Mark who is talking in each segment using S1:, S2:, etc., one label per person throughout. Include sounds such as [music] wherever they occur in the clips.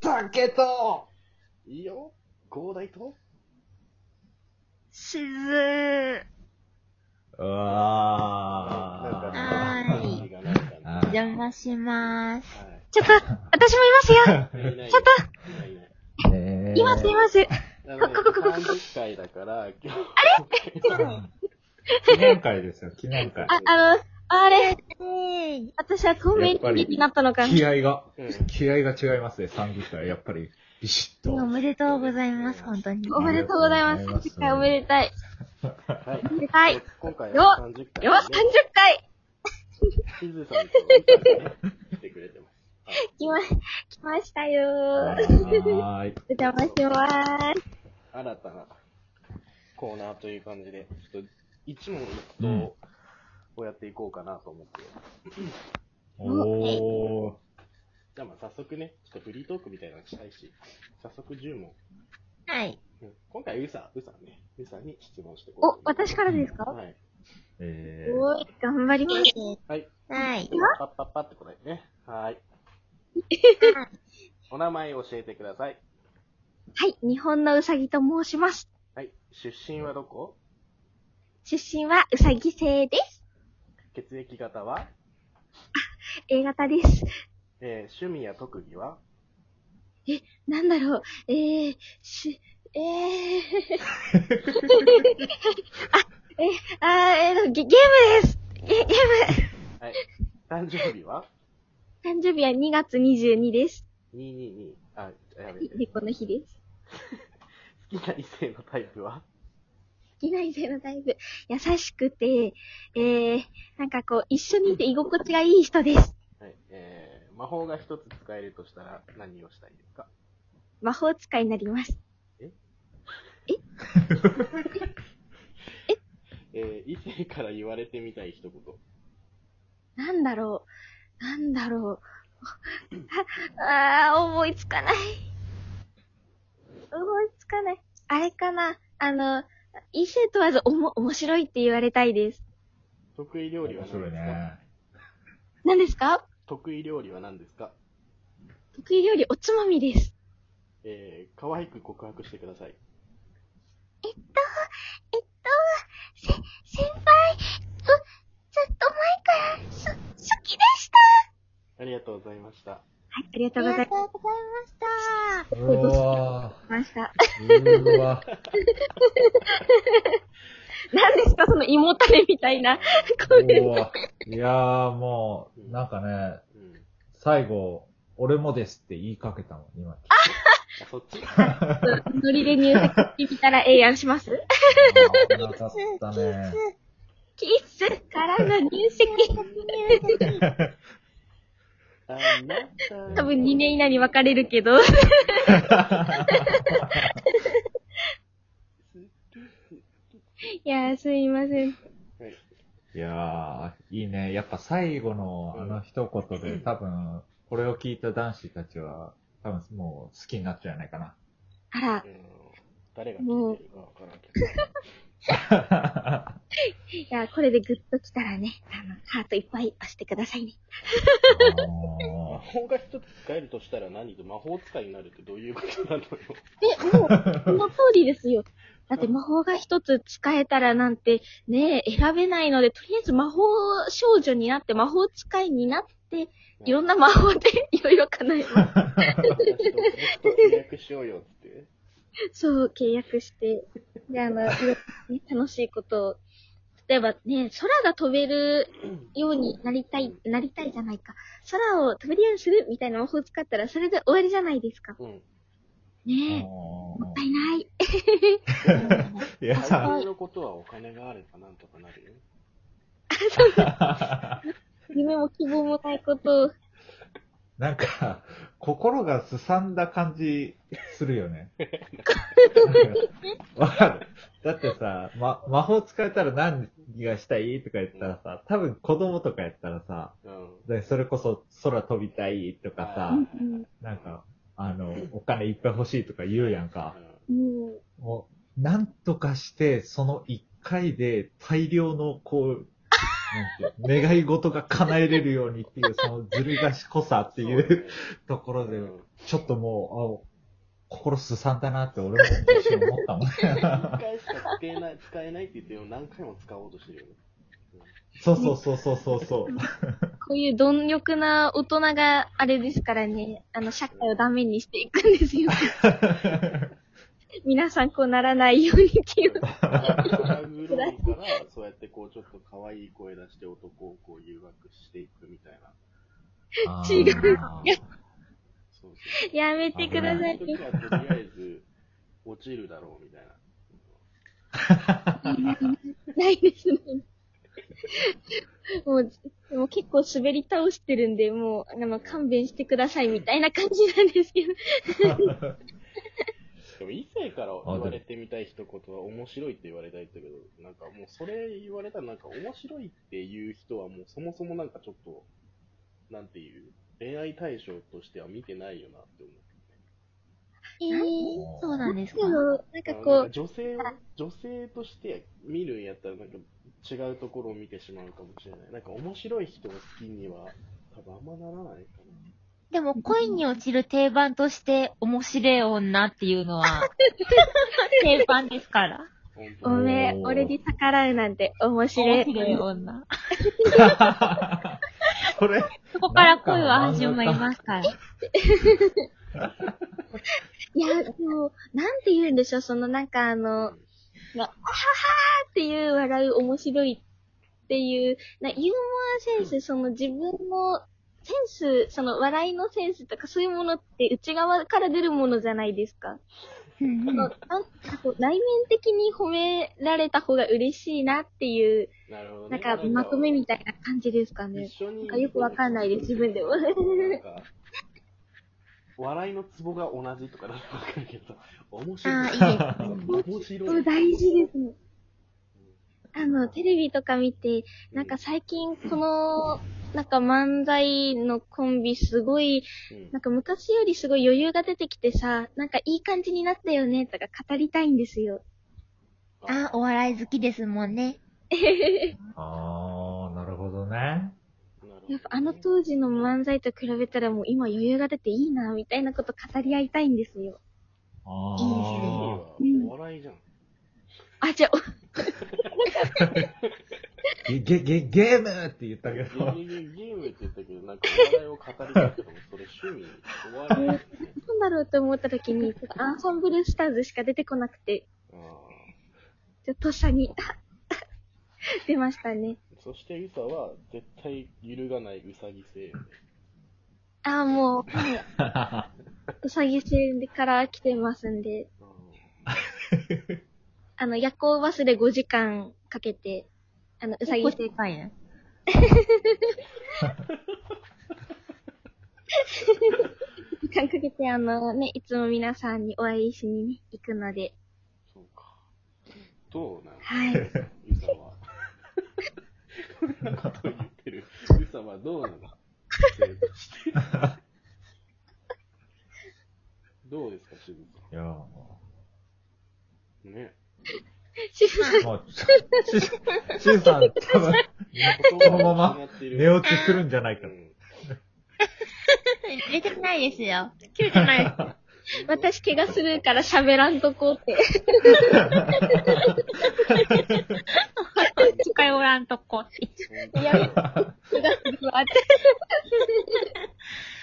S1: だけど、
S2: いいよ。広大と
S3: すず
S2: なん
S1: あ
S2: かね、
S3: は
S2: がないか
S1: あ
S2: な。
S3: ー、邪魔します。
S2: はい
S3: ちょっと、私もいます [laughs]
S2: い
S3: よ
S2: ないいない。
S3: ちょっ
S2: いないいない
S1: ー。ね
S3: いますいます。
S2: だからね30回だから、今日。
S1: 記念会ですよ、記念会。
S3: あ、あの、あれ、私は透明人間になったのかな。
S1: 気合が、
S2: うん
S1: 気合が違いますね、参議会。やっぱり、ビシッと。
S3: おめでとうございます、本当に。おめでとうございます。
S1: あり
S3: 30
S1: がと
S3: 回
S1: う
S3: お
S1: ござ
S3: め
S1: い
S3: でたい。
S2: はい。
S3: おめでたい。
S2: 今回は30回、ね。
S3: よし、30回
S2: しずさんとみかんがね、来てくれてます。
S3: 来ま、来ましたよー。
S1: はーい。
S3: お邪魔します。
S2: 新たなコーナーという感じで、ちょっと一問一
S1: うん
S2: 答をやっていこうかなと思って。
S1: おー。
S2: じゃあまあ早速ね、ちょっとフリートークみたいなのしたいし、早速10問。
S3: はい。
S2: うん今回、ウサ、ウサね、ウサに質問してこ
S3: お
S2: う、
S3: 私からですか
S2: はい。
S1: えー、
S3: おい、頑張ります。
S2: はい。
S3: はい。
S2: パッパッパって答えてね。はい。
S3: は
S2: お名前を教えてください。
S3: い、日本のうさぎと申します。
S2: はい。出身はどこ
S3: 出身はうさぎ星です。
S2: 血液型は、
S3: A 型です。
S2: えー趣味や特技は
S3: なんだろう、えー、し、えー、あ、えー、あー、えーと、ゲ、ゲームですゲ、ゲーム
S2: はい。誕生日は
S3: 誕生日は2月22です。
S2: 222。あ、やべ
S3: いいこの日です。
S2: 好きな異性のタイプは
S3: 好きな異性のタイプ。優しくて、えー、なんかこう、一緒にいて居心地がいい人です。
S2: はい。えー、魔法が一つ使えるとしたら何をしたいですか
S3: 魔法使いになります。
S2: えー、異性から言われてみたい一言。
S3: なんだろう。なんだろう。ああー、思いつかない。思いつかない。あれかな。あの、異性問わずおも、面白いって言われたいです。
S2: 得意料理は
S1: 面
S2: 何
S1: 白
S2: で
S1: い
S2: すか、
S1: ね。
S3: 何ですか
S2: 得意料理は何ですか
S3: 得意料理、おつまみです。
S2: えー、可愛く告白してください。
S3: えっと、せ、先輩、ず、ずっと前から、す、好きでした。
S2: ありがとうございました。
S3: はい、ありがとうございま
S4: ございました。
S1: うわ
S3: す。ました。
S1: ー。うわ。
S3: 何ですかその胃もたれみたいな。これ
S1: うわ。いやー、もう、なんかね、
S2: うん。
S1: 最後、俺もですって言いかけたの、今。
S2: あ、そっち。
S3: ノリで入籍してきたらええやんします
S1: あーなかったね。
S3: キスからの入籍。
S2: [laughs] あなた
S3: 多分2年以内に別れるけど。いや、すいません。
S1: いやー、いいね。やっぱ最後のあの一言で、多分、これを聞いた男子たちは、多分もう好きになっちゃうんじゃないかな。
S3: あら
S2: う、ん誰が聞いてるかわからんけど。
S3: いや、これでグッときたらね、あの、ハートいっぱい押してくださいね。
S2: 魔
S1: も
S2: 法が一つ使えるとしたら何と魔法使いになるってどういうこと
S3: [laughs]
S2: なのよ。
S3: え、もう、その通りですよ。だって魔法が一つ使えたらなんて、ねえ、選べないので、とりあえず魔法少女になって、魔法使いになって、いろんな魔法でいろいろ叶えます。
S2: 私と僕と契約しようよって。
S3: そう、契約して。で、あの、いろいろね楽しいことを。例えばね、空が飛べるようになりたい、なりたいじゃないか。空を飛べるようにするみたいな魔法使ったら、それで終わりじゃないですか。 [laughs]
S2: うん。
S1: う
S3: ねえ、
S1: も
S3: もったいない。
S1: [laughs] う。いや
S2: 大会のことはお金があればなんとかなるよ。
S3: 夢も希望もないことを。
S1: なんか、心がすさんだ感じするよね。わかる。だってさ、ま、魔法使えたら何がしたいとか言ったらさ、多分子供とかやったらさ、
S2: うん。
S1: でそれこそ空飛びたいとか
S2: あ
S3: う
S1: さ
S2: ー、
S3: んうん
S1: なんか、あの、お金いっぱい欲しいとか言うやんか。
S3: もう
S1: もう、なんとかして、その一回で大量のこう、なんていう願い事が叶えれるようにっていう、そのずる賢さってい
S2: そうね
S1: ところで
S2: う、ん
S1: ちょっともう、あ心すさんだなって俺も一瞬思ったもん。
S2: 一回しか使え [laughs] ない、使えないって言っても何回も使おうとしてる [laughs] よね。
S1: そうそうそうそうそうそう。
S3: こういう貪欲な大人があれですからね、あの、社会をダメにしていくんですよ。皆さんこうならないようにっていう。
S2: 腹黒いから、そうやってこうちょっと可愛い声出して男をこう誘惑していくみたいな。
S3: 違う
S1: あー
S2: そうそう。
S3: やめてください。
S2: その時はとりあえず、落ちるだろうみたいな。
S3: ないですね。もう、でも結構滑り倒してるんで、もう、あの、勘弁してくださいみたいな感じなんですけど。
S2: でも異性から言われてみたい一言は面白いって言われたいってけど、なんかもうそれ言われたらなんか面白いっていう人はもうそもそもなんかちょっと、なんていう、恋愛対象としては見てないよなって思う。
S4: えー、そうなんですか
S3: でも、なんか
S2: あのな
S3: こ
S2: んか
S3: う、
S2: 女性を、女性として見るんやったらなんか違うところを見てしまうかもしれない。なんか面白い人を好きには多分あんまならないか
S4: でも恋に落ちる定番として面白い女っていうの [laughs] は定番ですから。
S2: な。本当
S3: お
S2: に。
S3: めえ、
S1: おー
S3: 俺に逆らうなんて面白
S4: 面
S3: い。
S4: 白い女。
S1: それ、
S4: そこから恋は始まりますから。
S3: いや、でも、なんて言うんでしょう、そのなんかあの、なあははーっていう笑う面白いっていう、なユーモアセンス、その自分のセンス、その笑いのセンスとかそういうものって内側から出るものじゃないですか。
S4: うんう
S3: そ
S4: ん
S3: のなんかこう内面的に褒められた方が嬉しいなっていう、
S2: なるほど
S3: な
S2: ね、
S3: んかまとめみたいな感じですかね。
S2: 一緒に
S3: なんかよくわかんないです自分でも
S2: なんか笑いのツボが同じとかなんかわかるけど、面白い。
S4: あーいいです
S2: 面白
S3: そう、
S2: い。
S3: 大事ですね。あの、テレビとか見て、なんか最近この、なんか漫才のコンビすごい、
S2: うん
S3: なんか昔よりすごい余裕が出てきてさ、なんかいい感じになったよねとか語りたいんですよ。
S4: あ、お笑い好きですもんね。
S1: ああ、なるほどね。
S2: なるほどね
S3: やっぱあの当時の漫才と比べたらもう今余裕が出ていいな、みたいなこと語り合いたいんですよ。
S1: あ
S4: いい
S2: いい
S1: ー
S2: わ
S3: うん
S2: お笑いじゃん。
S3: あ、じゃあ、
S1: ゲ、ゲ、ゲームって言ったけ
S2: ゲー
S1: ど。
S2: ムゲームって言ったけど、なんかお笑いを語りたいけども、それ趣味、お笑いだよね。
S3: なんだろうと思った時に、ちょっとアンサンブルスターズしか出てこなくて、
S2: あ
S3: ちょっととっさに、 [laughs] 出ましたね。
S2: ーそしてウサは絶対揺るがないウサギ性。
S3: あ、もう、はい。うさぎ線から来てますんで、
S2: あ
S3: あの、夜行バスで5時間かけて、あの、うさぎ線、
S4: でかいね。
S3: 時間かけて、あのね、いつも皆さんにお会いしにね、行くので、
S2: ーそうか。どうなん [laughs]
S3: はい。
S2: ウサは。こんなこと言ってる。ウサはどうなのどうですか、しずさ
S1: いやも
S2: ん。ね。
S1: う、もうちょし、しんさん、多分、
S2: こ
S1: のまま寝
S2: を
S1: 落ちするんじゃないか。
S4: 寝てないですよ。切れてないです。
S3: 私怪我するから喋らんとこうって。
S4: 近寄らんとこって。
S3: [laughs] やめ、怪我するわって。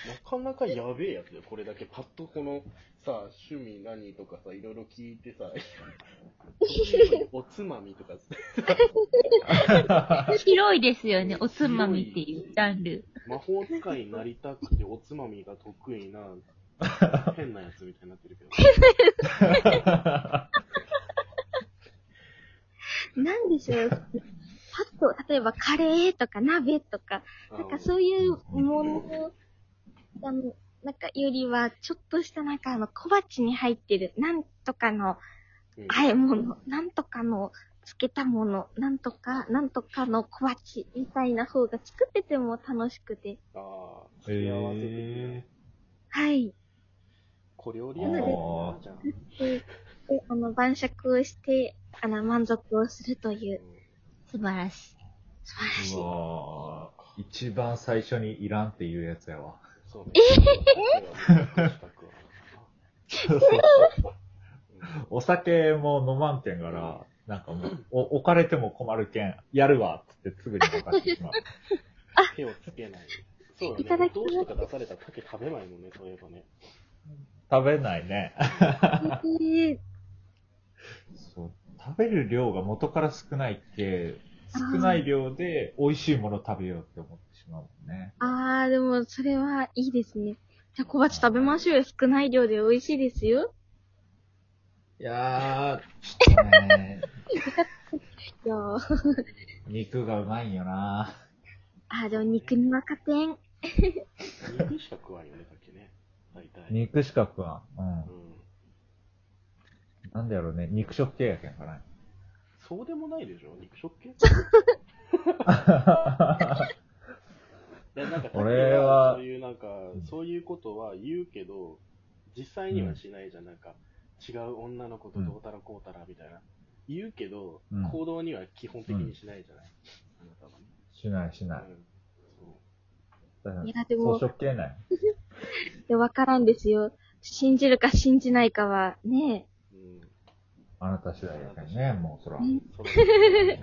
S2: なかなかやべえやつだよ、これだけ。パッとこの、さ、趣味何とかさ、いろいろ聞いてさ、おつまみとかさ、
S4: 広いですよね、おつまみっていうジャンル。
S2: 魔法使いになりたくておつまみが得意な、変なやつみたいになってるけど。
S3: なんでしょう。パッと、例えばカレーとか鍋とか、なんかそういうもの、あの、なんかよりは、ちょっとしたなんかあの、小鉢に入ってる、なんとかの、
S2: うん
S3: あえ物、なんとかの、つけたもの、なんとか、なんとかの小鉢みたいな方が作ってても楽しくて。
S2: ああ、付
S1: え
S2: け合わせ的な
S1: え。
S3: はい。
S2: 小料理屋みたいなじゃん。
S3: で、であの、晩酌をして、あの、満足をするという。
S4: 素晴らしい。
S3: 素晴らし
S1: う
S3: い。
S1: わー一番最初にいらんっていうやつやわ。
S2: そうね。え
S1: お酒も飲まんけんから、なんかもう、お置かれても困るけん、やるわっつってすぐに分かってしまう。
S2: 手をつけない。そう
S3: いた
S2: だ
S3: だ
S2: ね。
S3: き
S2: ど
S3: ま
S2: うして
S3: す
S2: か出されたら竹食べないもんね、そういえばね。
S1: 食べないね。
S3: えー
S1: そう食べる量が元から少ないけ、少ない量で美味しいもの食べようって思ってしまうもんね。
S3: あー、でも、それはいいですね。じゃあ、小鉢食べましょうよ。少ない量で美味しいですよ。
S1: いやー、ちょっとね、
S3: いやー。
S1: 肉がうまいんよな
S3: あー、でも肉には勝てん。
S2: 肉しか食わんよね、竹ね。大体。
S1: 肉しか食わん。
S2: う。
S1: うんん。なんでやろうね、肉食系やけんかな。
S2: そうでもないでしょ肉食
S1: [laughs]
S2: 系でなんか
S1: 俺は
S2: そういうなんか、そういうことは言うけど、実際にはしないじゃん。なんか、違う女の子とどうたらこうたらみたいな。言うけど、
S1: うん
S2: 行動には基本的にしないじゃない、あなたはね
S1: しないしない。
S2: うんそう
S1: だから
S3: いや、で
S1: 草
S3: も、
S1: 食系ない。
S3: でわからんですよ。信じるか信じないかは、ね
S2: うん
S1: あなた次第やけんね、もうそら。
S3: うん
S2: その時間になって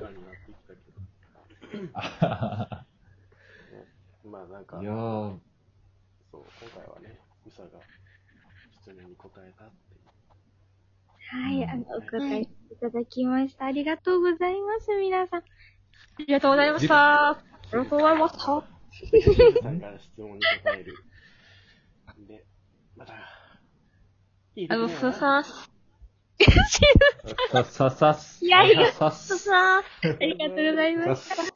S2: きたけど。 [laughs] まあなんか
S1: い、やー、
S2: そう、今回はね、うさが質問に答えたっていう。
S3: はい、あの、お伺
S4: はい
S3: いただきました。ありがとうございます、皆さん。
S4: ありがとうございました。ありがとうございました。 [laughs]
S2: さんから質問に答える。で、また、いい
S4: あの、
S2: です
S4: す
S2: ね
S4: さん、
S1: さ、さ、さ、
S3: いやいや
S1: さ、さ、
S3: さあ、ありがとうございました。